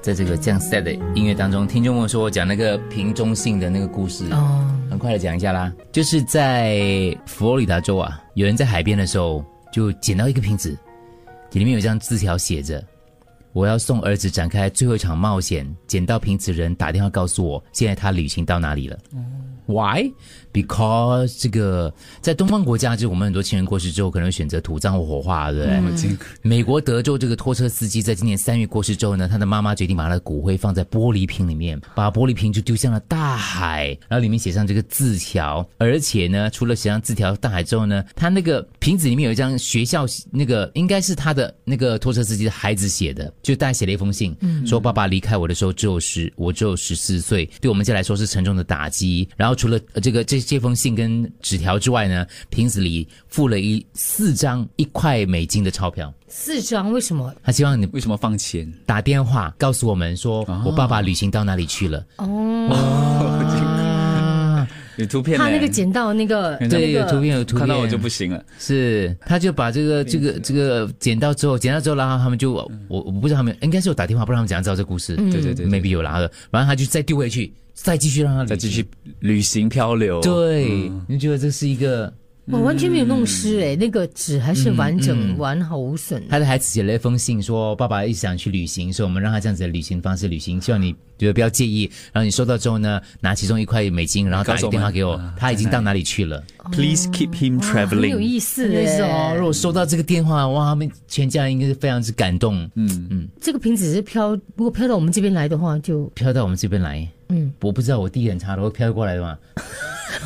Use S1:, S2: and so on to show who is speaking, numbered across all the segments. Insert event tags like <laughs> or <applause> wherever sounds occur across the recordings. S1: 在这个这样 sad 的音乐当中，听众们说我讲那个瓶中信的那个故事，
S2: 哦，
S1: 很快的讲一下啦。就是在佛罗里达州啊，有人在海边的时候就捡到一个瓶子，里面有一张字条写着：“我要送儿子展开最后一场冒险，捡到瓶子的人打电话告诉我，现在他旅行到哪里了。Why? Because 这个在东方国家，就是我们很多亲人过世之后，可能会选择土葬或火化，对不对？美国德州这个拖车司机在今年三月过世之后呢，他的妈妈决定把他的骨灰放在玻璃瓶里面，把玻璃瓶就丢向了大海，然后里面写上这个字条，而且呢，除了写上字条到大海之后呢，他那个瓶子里面有一张学校那个应该是他的那个拖车司机的孩子写的，就大家写了一封信，说爸爸离开我的时候只有十，我只有十四岁，对我们家来说是沉重的打击。然后除了呃这个这这封信跟纸条之外呢，瓶子里附了一四张一块美金的钞票。
S2: 四张为什么？
S1: 他希望你
S3: 为什么放钱？
S1: 打电话告诉我们说，我爸爸旅行到哪里去了。哦，
S3: <laughs> 有图片呢、
S2: 啊他那个捡到那个
S3: 对
S1: 对，
S2: 那
S1: 有
S2: 个
S1: 图片有图片，
S3: 看到我就不行了。
S1: 是，他就把这个这个这个剪到之后，剪到之后，然后他们就我我不知道他们应该是有打电话，不然他们怎样知道这故事？
S3: 对对对
S1: m a y b e 有拿的，然后他就再丢回去，再继续让他
S3: 再
S1: 旅
S3: 继
S1: 行。
S3: 续旅行漂流。
S1: 对，你觉得这是一个
S2: 我哦完全没有弄湿
S3: 嗯
S2: 哎、那个纸还是完整、完好无损。
S1: 他的孩子写了一封信说，爸爸一直想去旅行，所以我们让他这样子的旅行方式旅行，希望你觉得不要介意。然后你收到之后呢，拿其中一块美金，然后打一个电话给我
S3: 告诉我们，
S1: 他已经到哪里去了。
S3: Please keep him
S2: 很有
S3: traveling。
S2: 意思
S1: 意思
S2: 哎、
S1: 哦，如果收到这个电话，哇，他们全家人应该是非常之感动。
S2: 这个瓶子是飘，如果飘到我们这边来的话就，
S1: 飘到我们这边来。嗯，我不知道我地理很差的会飘过来的嘛。 <laughs>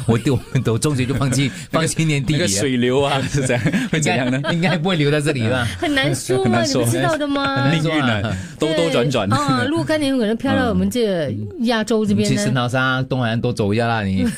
S1: 我地我们都中学就放弃放弃念地
S3: <laughs> 那
S1: 理
S3: 个
S1: 了，
S3: 水流啊，是这样，会
S1: 应
S2: <laughs>
S3: 怎样呢？
S1: 该应该不会留在这里吧？
S2: 很难说
S3: <laughs> 很
S2: 嘛，
S3: 难
S2: 你
S3: 说
S2: 不知道的
S3: <laughs>
S2: 吗？
S3: 命运啊，兜兜转转
S2: 对。啊，若干年有可能飘到我们这亚洲这边
S1: 去圣
S2: 呢。
S1: 淘沙、东海岸多走一下啦，你。
S3: 嗯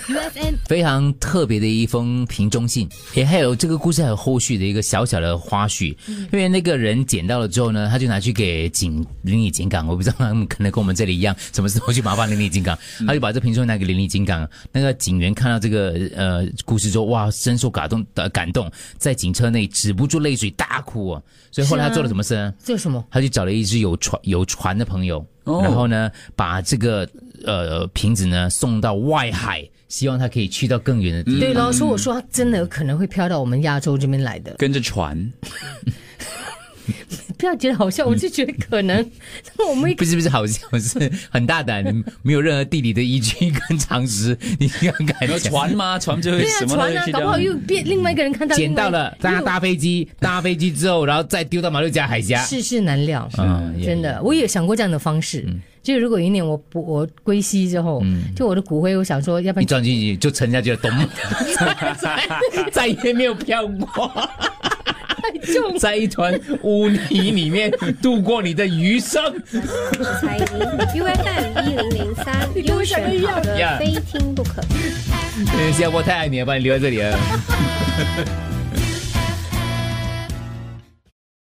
S1: 非常特别的一封瓶中信，也还有这个故事还有后续的一个小小的花絮，因为那个人捡到了之后呢，他就拿去给警邻里警岗，我不知道他们可能跟我们这里一样，什么事都去麻烦邻里警岗，他就把这瓶中信拿给邻里警岗，那个警员看到这个呃故事之后，哇，深受感动的、感动，在警车内止不住泪水大哭哦，所以后来他做了什么事呢？
S2: 这是什么？
S1: 他就找了一只有船有船的朋友，
S3: 哦
S1: 然后呢，把这个呃瓶子呢送到外海，希望他可以去到更远的
S3: 嗯
S1: 地方。
S2: 对咯，所以我说它真的有可能会飘到我们亚洲这边来的。
S3: 跟着船，
S2: 不要觉得好笑，我就觉得可能。
S3: 嗯
S2: <laughs> 我们
S1: 不是不是好笑，是很大胆，没有任何地理的依据跟常识，你敢敢
S3: 有
S1: 讲？
S3: 船吗？船就会
S2: 对
S3: 什
S2: 啊，
S3: 么都
S2: 船
S3: 会
S2: 啊，
S3: 去
S2: 搞不好
S3: 掉。
S2: 又变另外一个人看到
S1: 捡
S2: 另外
S1: 到
S2: 一个
S1: 了，搭搭飞
S3: <laughs>
S1: 机，搭飞机之后，然后再丢到马六甲海峡。
S2: 世事难料。
S1: 嗯也嗯
S2: 真的，我也想过这样的方式。就是如果有一年我不我归西之后，就我的骨灰，我想说，要不
S1: 一
S2: 然
S1: <laughs> 撞进去就沉下去了，咚！
S3: <laughs>
S2: <laughs>
S1: 再也没有飘过，，
S2: 太重
S1: 在一团污泥里面度过你的余生。 <laughs>
S4: 才艺 UFM 一零零三，优选好的非听不可。
S1: 嗯，新加坡太爱你了，把你留在这里了。